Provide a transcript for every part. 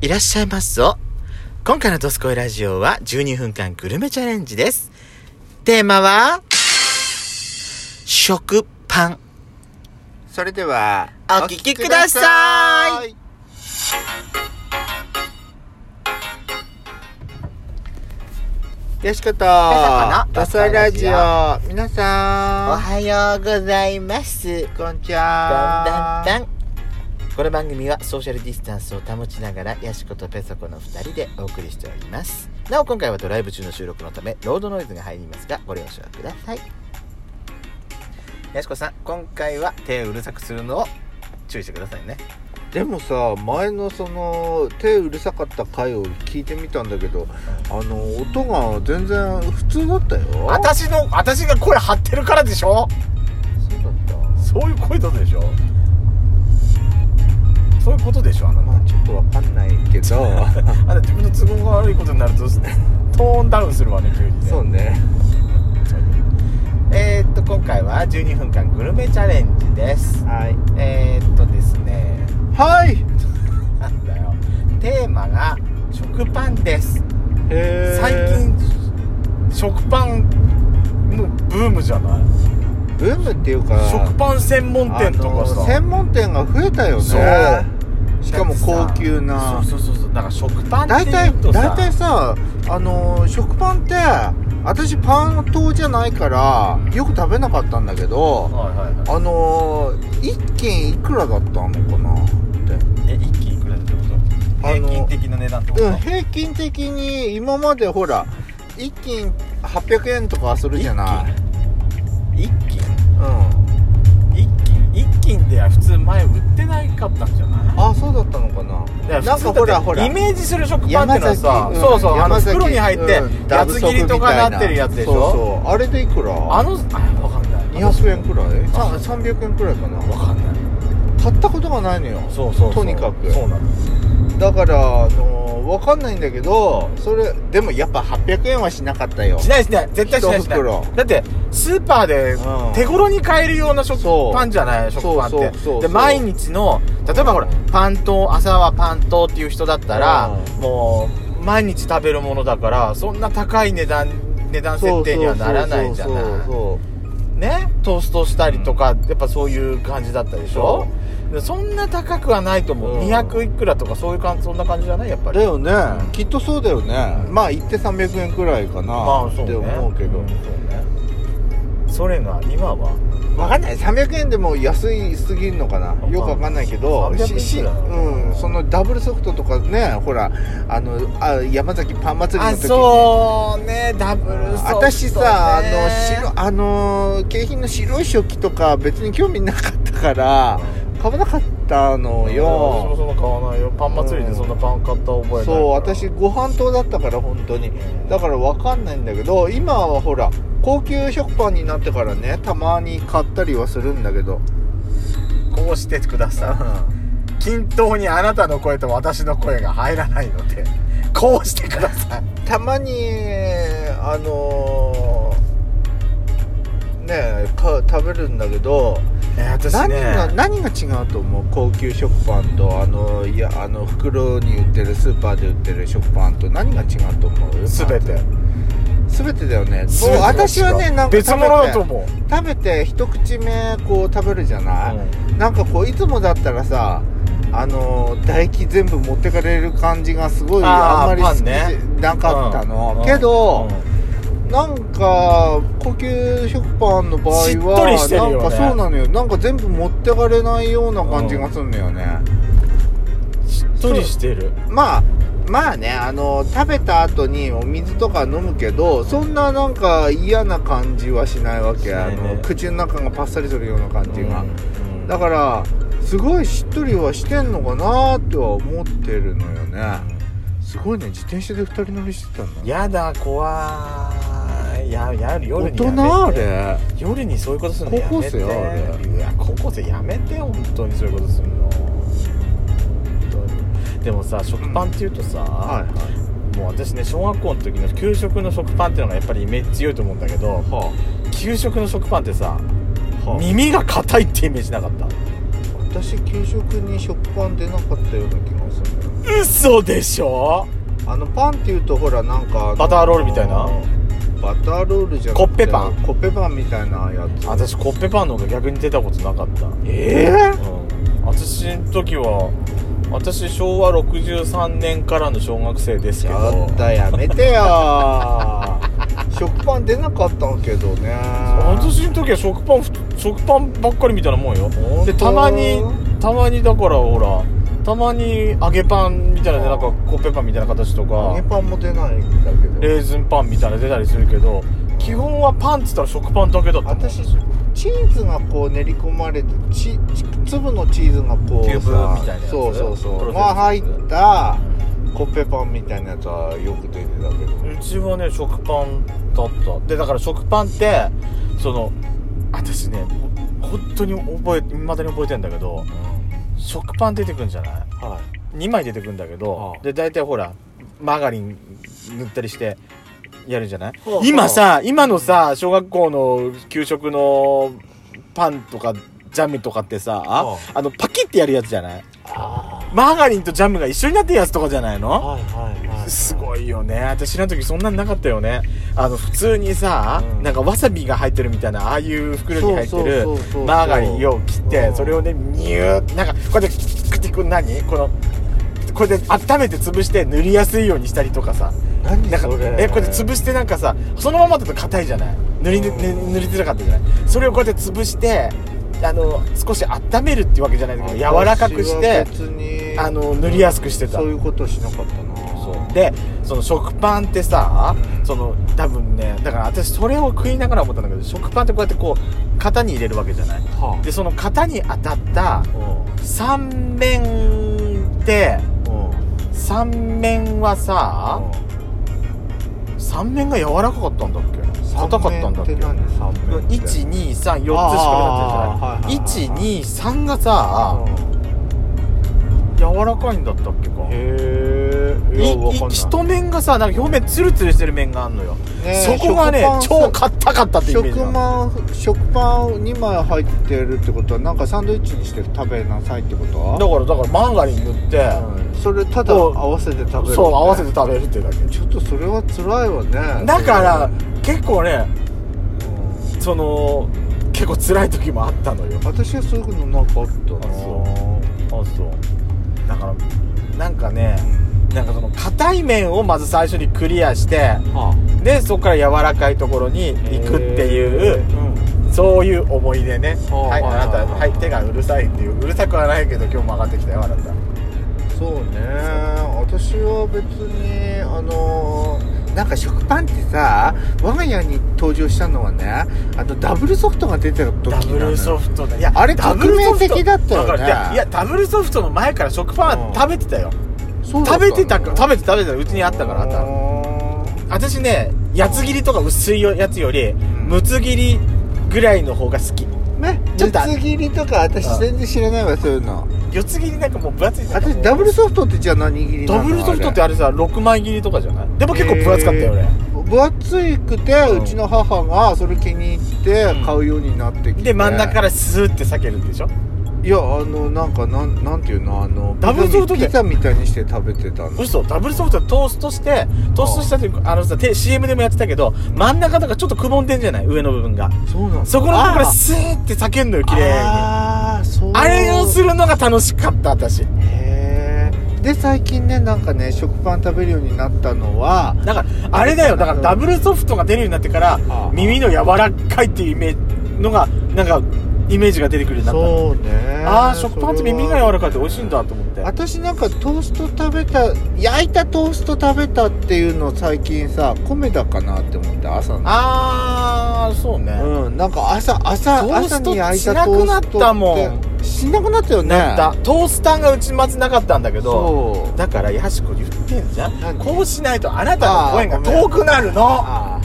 いらっしゃいますぞ。今回のドスコイラジオは12分間グルメチャレンジです。テーマは、食パン。それではお聞きくださいよしことさこのドスラジオ皆おさんはようございます。こんにちだんはだんだん。この番組はソーシャルディスタンスを保ちながらヤシコとペソコの2人でお送りしておりますなお今回はドライブ中の収録のためロードノイズが入りますがご了承くださいヤシコさん今回は手をうるさくするのを注意してくださいねでもさ前のその手うるさかった回を聞いてみたんだけどあの音が全然普通だったよ私の私が声張ってるからでしょそうだったそういう声だでしょそういうことでしょあのまあちょっとわかんないけど あの自分の都合が悪いことになるとトーンダウンするわね急にそうねえー、っと今回は12分間グルメチャレンジですはいえー、っとですねはいなんだよテーマが食パンですへー最近食パンのブームじゃないブームっていうか食パン専門店とかあさの専門店が増えたよねそうしかも高級なそうそうそうそうだから食パンって大言体うとさ大体さあのー食パンって私パン糖じゃないからよく食べなかったんだけどはいはいはいあのー一斤いくらだったのかなってえ一気いくらってことあの平均的な値段ってこと、うん平均的に今までほら一斤800円とかするじゃない一斤うん一斤一斤では普通前売ってないかったんじゃないあそうだったのかだなからな普ん通だかってほらほらイメージする食パンってのはさ、山崎そうそうあの山崎袋に入ってうんやつ切りとかなってるやつでしょそうそうあれでいくらあのあわかんない200円くらいあさ300円くらいかなわかんない買ったことがないのよそうそうそうとにかくそうなのだからあのーわかんないんだけどそれでもやっぱ800円はしなかったよしないしない絶対しない一しない袋だってスーパーでうん手頃に買えるような食そうパンじゃない食パンってそうそうそうそうで毎日の例えばほらうんパン糖朝はパン糖っていう人だったら、うもう毎日食べるものだからそんな高い値段値段設定にはならないじゃないそうそうそうねトーストしたりとか、やっぱそういう感じだったでしょでそんな高くはないと思う、うん200いくらとかそういう感じそんな感じじゃないやっぱだりよね、きっとそうだよねまあ行って300円くらいかな、まあそうっねて思うけどそうねそれが今はわかんない300円でも安いすぎるのかかなんないよくわかんないけど300ししいくらだうんそのダブルソフトとかねほらあのあ山崎パン祭りあの時にそうねダブルソフト、ね、私さあの白あのー景品の白い食器とか別に興味なかったから買わなかったの私もよそんな買わないよパン祭りでそんなパン買った覚えないからそう私ご飯糖だったから本当にだからわかんないんだけど今はほら高級食パンになってからねたまに買ったりはするんだけどこうしてくださ い均等にあなたの声と私の声が入らないのでこうしてくださいたまにあのーねえか食べるんだけどえー私何ねが何が違うと思う高級食パンとあのいやあの袋に売ってるスーパーで売ってる食パンと何が違うと思う全てすべてだよねもう全てが違う私はねなんか別食べ物だとて思う食べて一口目こう食べるじゃない、なんかこういつもだったらさあの唾液全部持ってかれる感じがすごいあーあんまり好きパンねじゃなかったの、うんけど、うなんか高級食パンの場合はしっとりしてるよねなんかそうなのよなんか全部持ってかれないような感じがするのよね、んしっとりしてるまあまあねあの食べた後にお水とか飲むけどそんななんか嫌な感じはしないわしけないねあの口の中がパッサリするような感じが、うんだからすごいしっとりはしてんのかなーとは思ってるのよねすごいね自転車で二人乗りしてたんだやだ怖いややる夜大にやめて人あれ夜にそういうことするのやめて高校生よあれいや高校生やめて本当にそういうことするの本当にでもさ食パンっていうとさ、はいはいもう私ね小学校の時の給食の食パンっていうのがやっぱりイメージ強いと思うんだけどは給食の食パンってさあ、はあ耳が硬いってイメージなかった私給食に食パン出なかったような気がするんだよ嘘でしょあのパンっていうとほらなんかあのバターロールみたいなバターロールじゃなくてコッペパンコッペパンみたいなやつ私コッペパンの方が逆に出たことなかったえうーん、私の時は私昭和63年からの小学生ですちけどょっとやめてよー食パン出なかったんけどね私の時は食パンふ食パンばっかりみたいなもんよ本当でたまにたまにだからほらたまに揚げパンみたいなねなんかコッペパンみたいな形と揚かげパンも出ないんだけどレーズンパンみたいなの出たりするけど基本はパンっつったら食パンだけだったもん私チーズがこう練り込まれてちち粒のチーズがこうキューブさみたいなやつそうそうそプロセうスが入ったコッペパンみたいなやつはよく出てたけどうちはね食パンだったでだから食パンってその私ね本当に覚え未だに覚えてんだけど食パン出てくんじゃないは2枚出てくんだけどああで大体ほらマーガリン塗ったりしてやるんじゃないはあ今さ今のさ小学校の給食のパンとかジャムとかってさああのパキってやるやつじゃないいあマーガリンとジャムが一緒になってるやつとかじゃないあのはいはいはいすごいよね私らの時そんなんなかったよねあの普通にさ、うんなんかわさびが入ってるみたいなああいう袋に入ってるそうそうそうそうマーガリンを切ってうんそれをねニューってなんかこうやって食ってくん何このこれで温めて潰して塗りやすいようにしたりとかさ何なんかそれえこれで潰してなんかさそのままだと硬いじゃない塗り,、うんね塗りづらかったじゃないそれをこうやって潰してあの少し温めるってわけじゃないんだけど柔らかくして私は別にあの塗りやすくしてたそういうことしなかったなそうでその食パンってさその多分ねだから私それを食いながら思ったんだけど食パンってこうやってこう型に入れるわけじゃないはでその型に当たった三面って三面はさ三面が柔らかかったんだっけ硬かったんだっけ1 12343つしかなかったじゃないあーはいはいはい123がさ柔らかいんだったっけかへえいい一面がさなんか表面ツルツルしてる面があんのよねえそこがね食パン超硬かったってイメージ食なのパン食パン2枚入ってるってことはなんかサンドイッチにして食べなさいってことだからだからマーガリン塗ってうんそれただこ合うわせて食べるねそう合わせて食べるってだけちょっとそれは辛いわねだからうん結構ねその結構辛い時もあったのよ私はそういうのなかったなあそうだからなんかねなんかその硬い面をまず最初にクリアしてでそこから柔らかいところに行くっていうそういう思い出ね。はあはい、はあなあた、はい、手がうるさいっていう、うるさくはないけど、今日も上がってきたよ、あなた。そうね私は別にあのーなんか食パンってさ我が家に登場したのはねあのダブルソフトが出てた時なダのブよルソフトだ。いやあれダブルソフト革命的だったよねからいやいや、ダブルソフトの前から食パンはうん食べてたよ。そうだ食ったべのてたか、食べて食べてた、うちにあったから、あうなーんた。私ね、やつ切りとか薄いやつより、んむつ切りぐらいの方が好き。ねちょっとぶつ切りとうかん私全然知らないわそういうの四つ切りなんかもう分厚いじゃん私ダブルソフトってじゃあ何切りなのダブルソフトってああれさ、6枚切りとかじゃないでも結構分厚かったよ、へー俺。れ分厚くてうんうちの母がそれ気に入って買うようになってきてで、真ん中からスーって裂けるんでしょいやあのなんかなんなんていうのあのダブルソフトでピザみたいにして食べてたの嘘ダブルソフトはトーストしてトーストしたというあのさて CM でもやってたけど真ん中とかちょっとくぼんでんじゃない上の部分がそうなのそこのとこからあースーって裂けんのよ綺麗にああーそうれをするのが楽しかった私へえで最近ねなんかね食パン食べるようになったのはだからあれだよだからうんダブルソフトが出るようになってからー耳の柔らかいっていうイメージのがなんかイメージが出てくるようになったのそうねああ食パンって耳が柔らかいって美味しいんだだと思って私なんかトースト食べた焼いたトースト食べたっていうの最近さ米だかなって思って朝のああそうね、うんなんか朝朝トースト朝に焼いたトーストしなくなったもんってしなくなったよねだトースターがうちまずなかったんだけどそうだからやしこ言ってんじゃん何こうしないとあなたの声があーごめん遠くなるのあ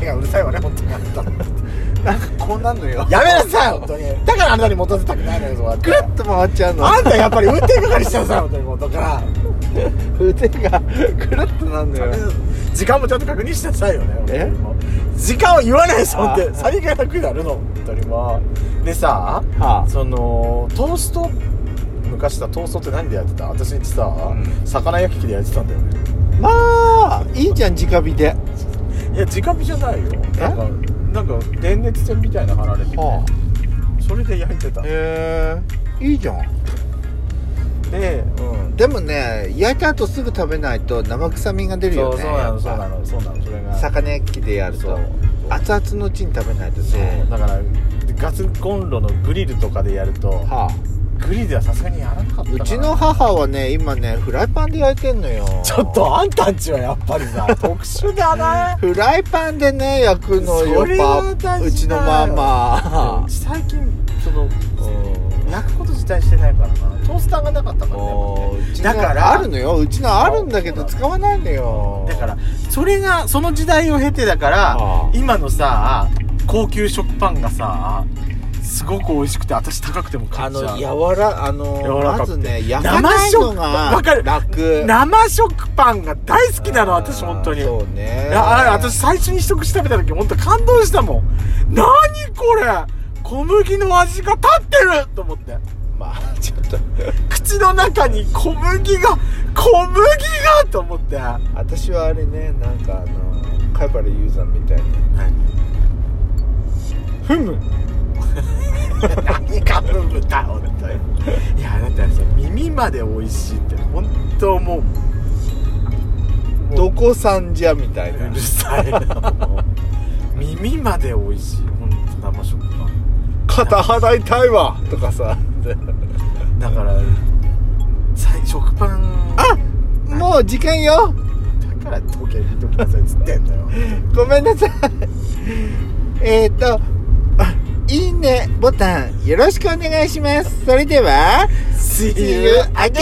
手がうるさいわね本当にあなたあなんかこうなんのよ やめなさい本当にだからあなたに持たせたくないのよそうやってくるっと回っちゃうのあんたやっぱり運転係しちゃうさい本当に元から腕が くるっとなんのよ時間もちゃんと確認しなさいよねえ本当にもう時間を言わないですあほんとにさりげなくなるの本当にもうでさはそのトースト昔さ闘争って何でやってた私んちさ、うん魚焼き器でやってたんだよねまあいいじゃん直火でいや直火じゃないよえなんかなんか電熱線みたいなの貼られてて、はそれで焼いてたで、へえいいじゃんうん、でもね焼いた後すぐ食べないと生臭みが出るそようねそうなのそうなやっのそうなのそれぱが魚焼きでやるそうと熱々のうちに食べないとそうねだからガスコンロのグリルとかでやるとはあグリルではさすがにやらなかったかうなちの母はね今ねフライパンで焼いてんのよちょっとあんたんちはやっぱり さ特殊だなフライパンでね焼くのそれよはパ確かにうちのママうち最近その焼くこと自体してないからなトースターがなかったからねもうねだだかかららあるのようちのあるんだけどあそう使わないのよだからそれがその時代を経てだからああ今のさ高級食パンがさすごく美味しくて私高くても買あっちのゃう柔らあの柔らかまくずてね焼かないのが生食わかる楽生食パンが大好きなの私本当にいそうねやあれ私最初に一口食べた時本当感動したもん何これ小麦の味が立ってると思ってまあちょっと口の中に小麦が小麦がと思って私はあれねなんかあの貝原雄山みたいにふむ何かブームだ本当にいやだってさ耳まで美味しいって本当もうどこさんじゃみたいうなるさいなもう耳まで美味しい本当生食パン 肩払いたいわとかさだからさい食パンあもう時間よだから時計見ときなさいっつってんだよごめんなさい。 えっと、あいいねボタンよろしくお願いします。それでは、 See See you again!